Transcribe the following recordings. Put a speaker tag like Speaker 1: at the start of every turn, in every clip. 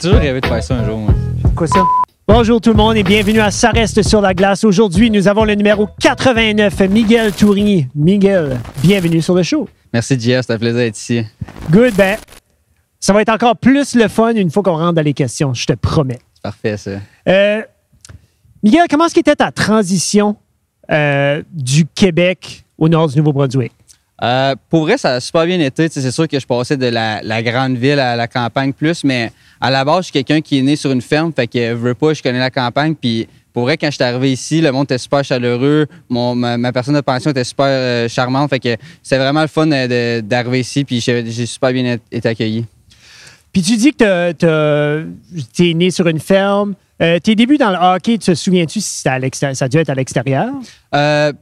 Speaker 1: sûr rêvé de faire ça un jour. moi.
Speaker 2: Quoi ça?
Speaker 3: Bonjour tout le monde et bienvenue à Ça reste sur la glace. Aujourd'hui, nous avons le numéro 89, Miguel Tourigny. Miguel, bienvenue sur le show.
Speaker 1: Merci, JF. C'était un plaisir d'être ici.
Speaker 3: Good, ben, ça va être encore plus le fun une fois qu'on rentre dans les questions, je te promets.
Speaker 1: C'est parfait, ça.
Speaker 3: Euh, Miguel, comment est-ce qu'était ta transition euh, du Québec au nord du Nouveau-Brunswick?
Speaker 1: Euh, pour vrai, ça a super bien été. Tu sais, C'est sûr que je passais de la, la grande ville à la campagne plus, mais à la base, je suis quelqu'un qui est né sur une ferme, fait que euh, veux pas, je connais la campagne. Puis pour vrai, quand je suis arrivé ici, le monde était super chaleureux. Mon, ma, ma personne de pension était super euh, charmante, fait que c'est vraiment le fun euh, de- d'arriver ici. Puis j'ai j'ai super bien été accueilli.
Speaker 3: Puis tu dis que tu es né sur une ferme. Euh, tes débuts dans le hockey, tu te souviens-tu si c'était à l'extérieur- ça a dû être à l'extérieur?
Speaker 1: Euh,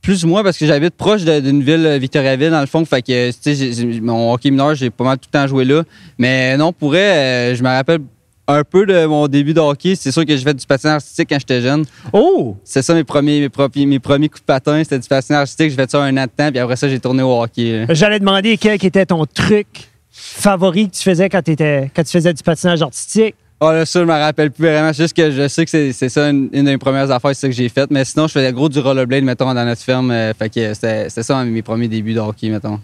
Speaker 1: plus ou moins parce que j'habite proche de- d'une ville euh, Victoriaville dans le fond fait que euh, tu sais j'ai- j'ai- mon hockey mineur j'ai pas mal tout le temps joué là mais non pour vrai, euh, je me rappelle un peu de mon début de hockey c'est sûr que j'ai fait du patin artistique quand j'étais jeune
Speaker 3: Oh!
Speaker 1: c'est ça mes premiers mes, propi- mes premiers coups de patin c'était du patin artistique j'ai fait ça un an de temps puis après ça j'ai tourné au hockey là.
Speaker 3: J'allais demander quel qui était ton truc favori que tu faisais quand, t'étais- quand tu faisais du patinage artistique.
Speaker 1: Ah là, ça, je me rappelle plus vraiment. C'est Juste que je sais que c'est c'est ça, une, une de mes premières affaires, c'est ça que j'ai fait. Mais sinon, je faisais gros du rollerblade, mettons, dans notre ferme. euh, fait que c'était c'était ça mes premiers débuts de hockey, mettons.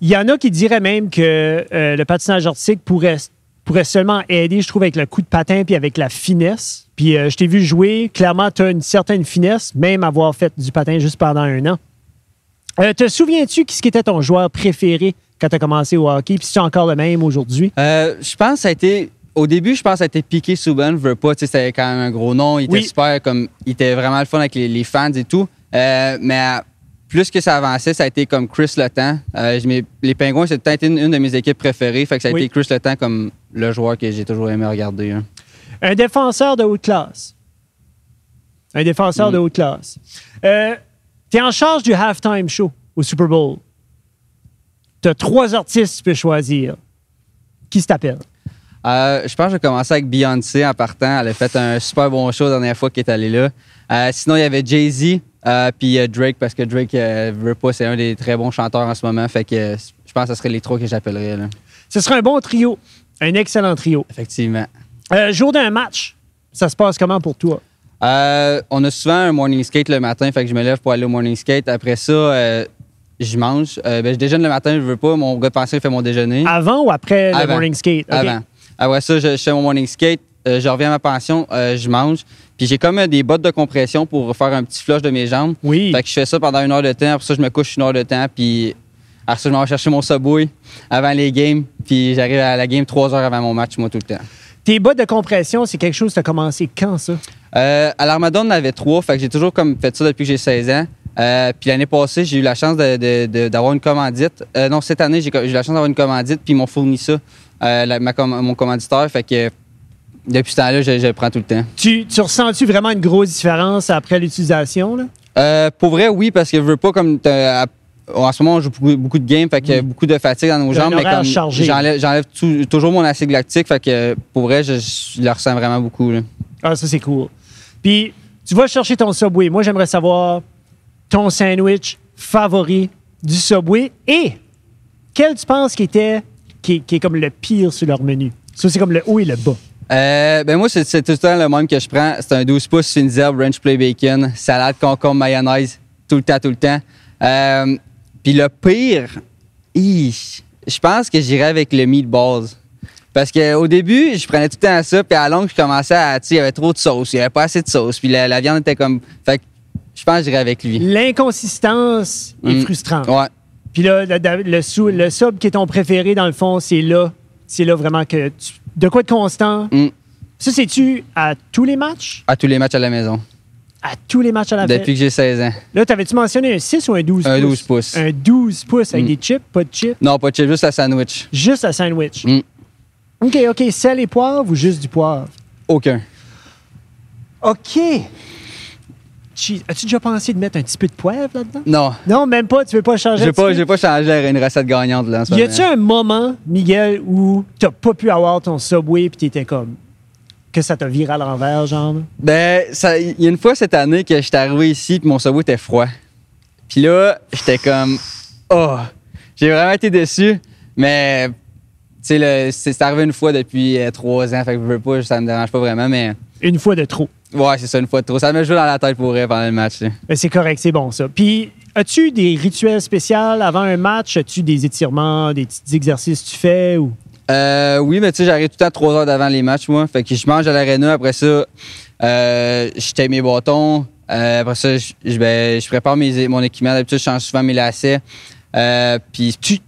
Speaker 3: Il y en a qui diraient même que euh, le patinage artistique pourrait, pourrait seulement aider, je trouve, avec le coup de patin puis avec la finesse. Puis euh, je t'ai vu jouer, clairement, tu as une certaine finesse, même avoir fait du patin juste pendant un an. Euh, te souviens-tu qui ce qui était ton joueur préféré quand tu as commencé au hockey, puis si tu es encore le même aujourd'hui?
Speaker 1: Euh, je pense que ça a été. Au début, je pense que ça a été piqué Souban, je veux pas. Tu sais, c'était quand même un gros nom. Il était
Speaker 3: Oui.
Speaker 1: super, comme. Il était vraiment le fun avec les, les fans et tout. Euh, mais euh, plus que ça avançait, ça a été comme Chris Le Temps. Euh, je m'ai- les Pingouins, c'est peut-être une, une de mes équipes préférées. Fait que ça a
Speaker 3: Oui.
Speaker 1: été Chris Le Temps comme le joueur que j'ai toujours aimé regarder. hein.
Speaker 3: Un défenseur de haute classe. Un défenseur
Speaker 1: Mm.
Speaker 3: de haute classe. tu es en charge du halftime show au Super Bowl. Tu as trois artistes que tu peux choisir. Qui se t'appelle?
Speaker 1: Euh, je pense que je vais commencer avec Beyoncé en partant. Elle a fait un super bon show la dernière fois qu'elle est allée là. Euh, sinon, il y avait Jay-Z euh, puis euh, Drake parce que Drake, euh, veut pas, c'est un des très bons chanteurs en ce moment. Fait que euh, je pense que ce serait les trois que j'appellerais. là.
Speaker 3: Ce sera un bon trio. Un excellent trio.
Speaker 1: Effectivement.
Speaker 3: Euh, jour d'un match, ça se passe comment pour toi?
Speaker 1: Euh, on a souvent un morning skate le matin, fait que je me lève pour aller au morning skate. Après ça, euh, je mange. Euh, ben, je déjeune le matin, je veux pas. Mon gars de pension, il fait mon déjeuner.
Speaker 3: Avant ou après le
Speaker 1: Avant.
Speaker 3: morning skate? OK.
Speaker 1: Avant. Après ça, je, je fais mon morning skate, euh, je reviens à ma pension, euh, je mange. Puis j'ai comme euh, des bottes de compression pour faire un petit flush de mes jambes.
Speaker 3: Oui.
Speaker 1: Fait que je fais ça pendant une heure de temps. Après ça, je me couche une heure de temps. Puis après ça, je m'en vais chercher mon subway avant les games. Puis j'arrive à la game trois heures avant mon match, moi, tout le temps.
Speaker 3: Tes bottes de compression, c'est quelque chose qui a commencé quand, ça?
Speaker 1: Euh, à l'Armada, on en avait trois. Fait que j'ai toujours comme fait ça depuis que j'ai 16 ans. Euh, puis l'année passée, j'ai eu la chance de- de- de- d'avoir une commandite. Euh, non, cette année, j'ai co- j'ai eu la chance d'avoir une commandite, puis ils m'ont fourni ça, euh, la- ma com- mon commanditeur. Fait que depuis ce temps-là, je, je le prends tout le temps.
Speaker 3: Tu, tu ressens-tu vraiment une grosse différence après l'utilisation? là?
Speaker 1: Euh, pour vrai, oui, parce que je veux pas comme. t'as- à- en ce moment, on joue beaucoup, beaucoup de games, fait que beaucoup de fatigue dans nos
Speaker 3: Mm. T'as un
Speaker 1: jambes. Mais
Speaker 3: horaire
Speaker 1: comme
Speaker 3: chargé.
Speaker 1: j'enlève j'enlève tout- toujours mon acide lactique, fait que pour vrai, je, je le ressens vraiment beaucoup. là.
Speaker 3: Ah, ça, c'est cool. Puis, tu vas chercher ton Subway. Moi, j'aimerais savoir ton sandwich favori du Subway et quel tu penses qui était, qui, qui est comme le pire sur leur menu. Ça, c'est comme le haut et le bas.
Speaker 1: Euh, ben moi, c'est c'est tout le temps le même que je prends. C'est un 12 pouces, fines herbes, ranch play bacon, salade, concombre, mayonnaise, tout le temps, tout le temps. Euh, Puis le pire, hi, je pense que j'irais avec le meatballs. Parce qu'au début, je prenais tout le temps ça, puis à la longue, je commençais à. Tu sais, il y avait trop de sauce, il n'y avait pas assez de sauce, puis la, la viande était comme. Fait que je pense que j'irais avec lui.
Speaker 3: L'inconsistance est
Speaker 1: Mm.
Speaker 3: frustrante.
Speaker 1: Ouais.
Speaker 3: Puis là, le, le, le sou- le sub qui est ton préféré, dans le fond, c'est là. C'est là vraiment que. tu- de quoi de constant?
Speaker 1: Mm.
Speaker 3: Ça, c'est-tu à tous les matchs?
Speaker 1: À tous les matchs à la maison,
Speaker 3: À tous les matchs à la
Speaker 1: depuis
Speaker 3: fin?
Speaker 1: que j'ai 16 ans.
Speaker 3: Là, t'avais-tu mentionné un 6 ou un 12
Speaker 1: Un
Speaker 3: pouces?
Speaker 1: 12 pouces.
Speaker 3: Un 12 pouces avec
Speaker 1: Mm.
Speaker 3: des chips, pas de chips?
Speaker 1: Non, pas de chips, juste la sandwich.
Speaker 3: Juste à sandwich.
Speaker 1: Mm.
Speaker 3: OK, OK. Sel et poivre ou juste du poivre?
Speaker 1: Aucun.
Speaker 3: OK. Cheese. As-tu déjà pensé de mettre un petit peu de poivre là-dedans?
Speaker 1: Non.
Speaker 3: Non, même pas. Tu veux pas changer
Speaker 1: J'ai
Speaker 3: un petit
Speaker 1: pas,
Speaker 3: peu?
Speaker 1: j'ai pas changé la- une recette gagnante là. en ce
Speaker 3: Y
Speaker 1: moment.
Speaker 3: a-tu un moment, Miguel, où t'as pas pu avoir ton Subway puis t'étais comme... que ça t'a viré à l'envers, genre?
Speaker 1: Ben, ça- il y a une fois cette année que j'étais arrivé ici puis mon cerveau était froid. Puis là, j'étais comme, oh, j'ai vraiment été déçu. Mais tu Tu sais, le- c'est c'est arrivé une fois depuis euh, trois ans, fait que je veux pas, ça me dérange pas vraiment, mais
Speaker 3: Une fois de trop.
Speaker 1: ouais, c'est ça, une fois de trop. Ça me joue dans la tête pour vrai pendant le match. là.
Speaker 3: Mais c'est correct, c'est bon ça. Puis, as-tu des rituels spéciaux avant un match? As-tu des étirements, des petits exercices que tu fais? Ou...
Speaker 1: Euh, oui, mais tu sais, j'arrive tout le temps trois heures d'avant les matchs, moi. Fait que je mange à l'aréna. Après ça, euh, je tape mes bâtons. Euh, après ça, je, je- ben, je prépare mes, mon équipement. D'habitude, je change souvent mes lacets. Euh, Puis tu-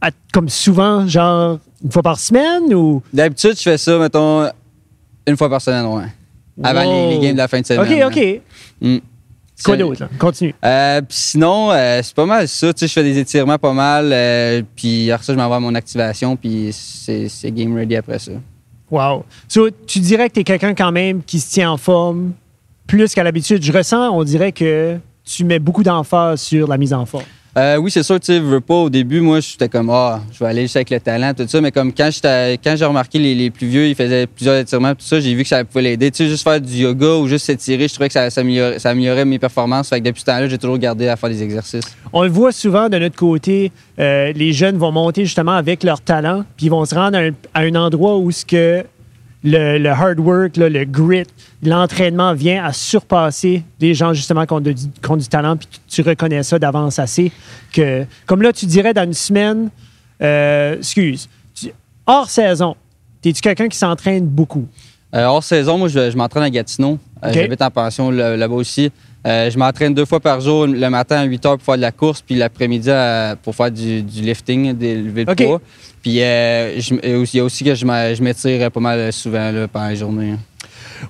Speaker 3: À- comme souvent, genre une fois par semaine? ou
Speaker 1: d'habitude, je fais ça, mettons, une fois par semaine, ouais. Avant les,
Speaker 3: Wow.
Speaker 1: les games de la fin de semaine.
Speaker 3: OK,
Speaker 1: là.
Speaker 3: OK.
Speaker 1: Mm.
Speaker 3: Quoi
Speaker 1: C'est-
Speaker 3: d'autre? là? Continue.
Speaker 1: Euh, puis sinon, euh, c'est pas mal ça. Tu sais, je fais des étirements pas mal. euh, puis après ça, je m'envoie à mon activation. Puis c'est c'est game ready après ça.
Speaker 3: Wow. So, tu dirais que tu es quelqu'un quand même qui se tient en forme plus qu'à l'habitude. Je ressens, on dirait que tu mets beaucoup d'emphase sur la mise en forme.
Speaker 1: Euh, oui, c'est sûr, tu sais, je veux pas. Au début, moi, j'étais comme, ah, je vais aller juste avec le talent, tout ça. Mais comme quand j'étais- quand j'ai remarqué les, les plus vieux, ils faisaient plusieurs étirements, tout ça, j'ai vu que ça pouvait l'aider. Tu sais, juste faire du yoga ou juste s'étirer, je trouvais que ça, ça améliorait, ça améliorait mes performances. Fait que depuis ce temps-là, j'ai toujours gardé à faire des exercices.
Speaker 3: On le voit souvent de notre côté, euh, les jeunes vont monter justement avec leur talent, puis ils vont se rendre à un, à un endroit où ce que le, le hard work, là, le grit, l'entraînement vient à surpasser des gens justement qui ont, de- qui ont du talent, puis tu, tu reconnais ça d'avance assez. Que, comme là, tu dirais dans une semaine, euh, excuse, tu- hors saison, es-tu quelqu'un qui s'entraîne beaucoup?
Speaker 1: Euh, hors saison, moi, je, je m'entraîne à Gatineau. Euh,
Speaker 3: OK.
Speaker 1: J'habite en pension là- là-bas aussi. Euh, je m'entraîne deux fois par jour, le matin à 8 h pour faire de la course, puis l'après-midi à- pour faire du, du lifting, des levées de
Speaker 3: OK.
Speaker 1: poids. Puis euh, je- et aussi- il y a aussi que je m'a- je m'étire pas mal souvent là, pendant les journées.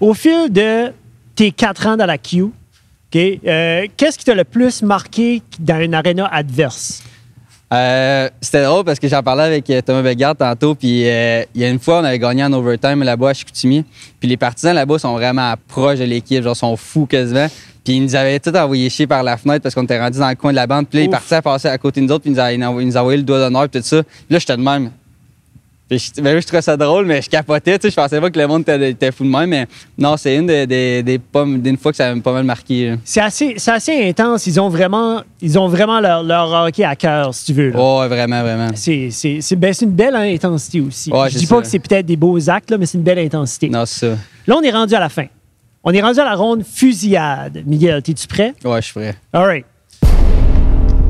Speaker 3: Au fil de tes quatre ans dans la Q, OK, euh, qu'est-ce qui t'a le plus marqué dans une arena adverse?
Speaker 1: Euh, c'était drôle parce que j'en parlais avec euh, Thomas Begard tantôt. Puis euh, il y a une fois, on avait gagné en overtime là-bas à Chicoutimi. Puis les partisans là-bas sont vraiment proches de l'équipe, genre sont fous quasiment. Puis ils nous avaient tout envoyé chier par la fenêtre parce qu'on était rendus dans le coin de la bande. Puis là, les
Speaker 3: Ouf.
Speaker 1: partisans passaient à côté de nous autres, puis ils nous avaient- ils nous envoyaient, le doigt d'honneur, puis tout ça. Puis là, j'étais de même. Puis je, ben oui, je trouvais ça drôle, mais je capotais. Tu sais, je pensais pas que le monde était, était fou de même. Mais non, c'est une des, des, des pommes- d'une fois que ça m'a pas mal marqué. là.
Speaker 3: C'est assez, c'est assez intense. Ils ont vraiment, ils ont vraiment leur, leur hockey à cœur, si tu veux. là.
Speaker 1: Oh, ouais, vraiment, vraiment.
Speaker 3: C'est, c'est, c'est, ben, c'est une belle intensité aussi.
Speaker 1: Ouais,
Speaker 3: Je
Speaker 1: c'est
Speaker 3: dis pas
Speaker 1: ça.
Speaker 3: que c'est peut-être des beaux actes, là, mais c'est une belle intensité.
Speaker 1: Non, c'est ça.
Speaker 3: Là, on est rendu à la fin. On est rendu à la ronde fusillade. Miguel, es-tu prêt?
Speaker 1: Ouais, je suis prêt.
Speaker 3: All right.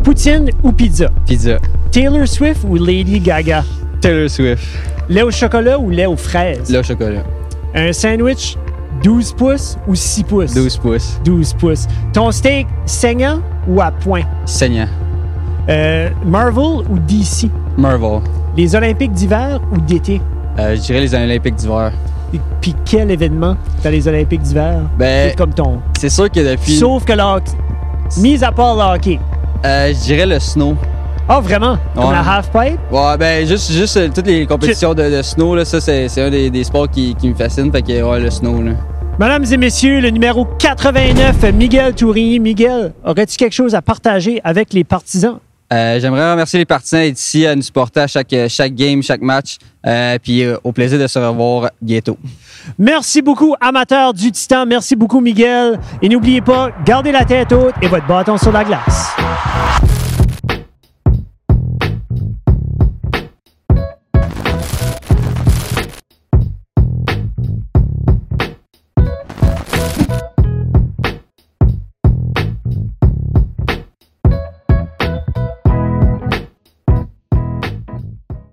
Speaker 3: Poutine ou pizza?
Speaker 1: Pizza.
Speaker 3: Taylor Swift ou Lady Gaga?
Speaker 1: Taylor Swift.
Speaker 3: Lait au chocolat ou lait aux fraises?
Speaker 1: Le chocolat.
Speaker 3: Un sandwich 12 pouces ou 6 pouces?
Speaker 1: 12 pouces.
Speaker 3: 12 pouces. Ton steak saignant ou à point?
Speaker 1: Saignant.
Speaker 3: Euh, Marvel ou DC?
Speaker 1: Marvel.
Speaker 3: Les Olympiques d'hiver ou d'été?
Speaker 1: Euh, je dirais les Olympiques d'hiver.
Speaker 3: Et Puis quel événement dans les Olympiques d'hiver?
Speaker 1: Ben-
Speaker 3: C'est comme ton.
Speaker 1: C'est sûr que depuis.
Speaker 3: Sauf que le hockey. Mise à part le hockey.
Speaker 1: Euh, je dirais le snow.
Speaker 3: Ah, vraiment? Comme
Speaker 1: Ouais.
Speaker 3: la half-pipe?
Speaker 1: Ouais, ben juste, juste euh, toutes les compétitions de, de snow, là, ça, c'est c'est un des, des sports qui, qui me fascine. Fait que, ouais, le snow, là.
Speaker 3: Mesdames et messieurs, le numéro 89, Miguel Tourigny. Miguel, aurais-tu quelque chose à partager avec les partisans?
Speaker 1: Euh, J'aimerais remercier les partisans d'être ici à nous supporter à chaque, chaque game, chaque match. Euh, Puis euh, au plaisir de se revoir bientôt.
Speaker 3: Merci beaucoup, amateurs du Titan. Merci beaucoup, Miguel. Et n'oubliez pas, gardez la tête haute et votre bâton sur la glace.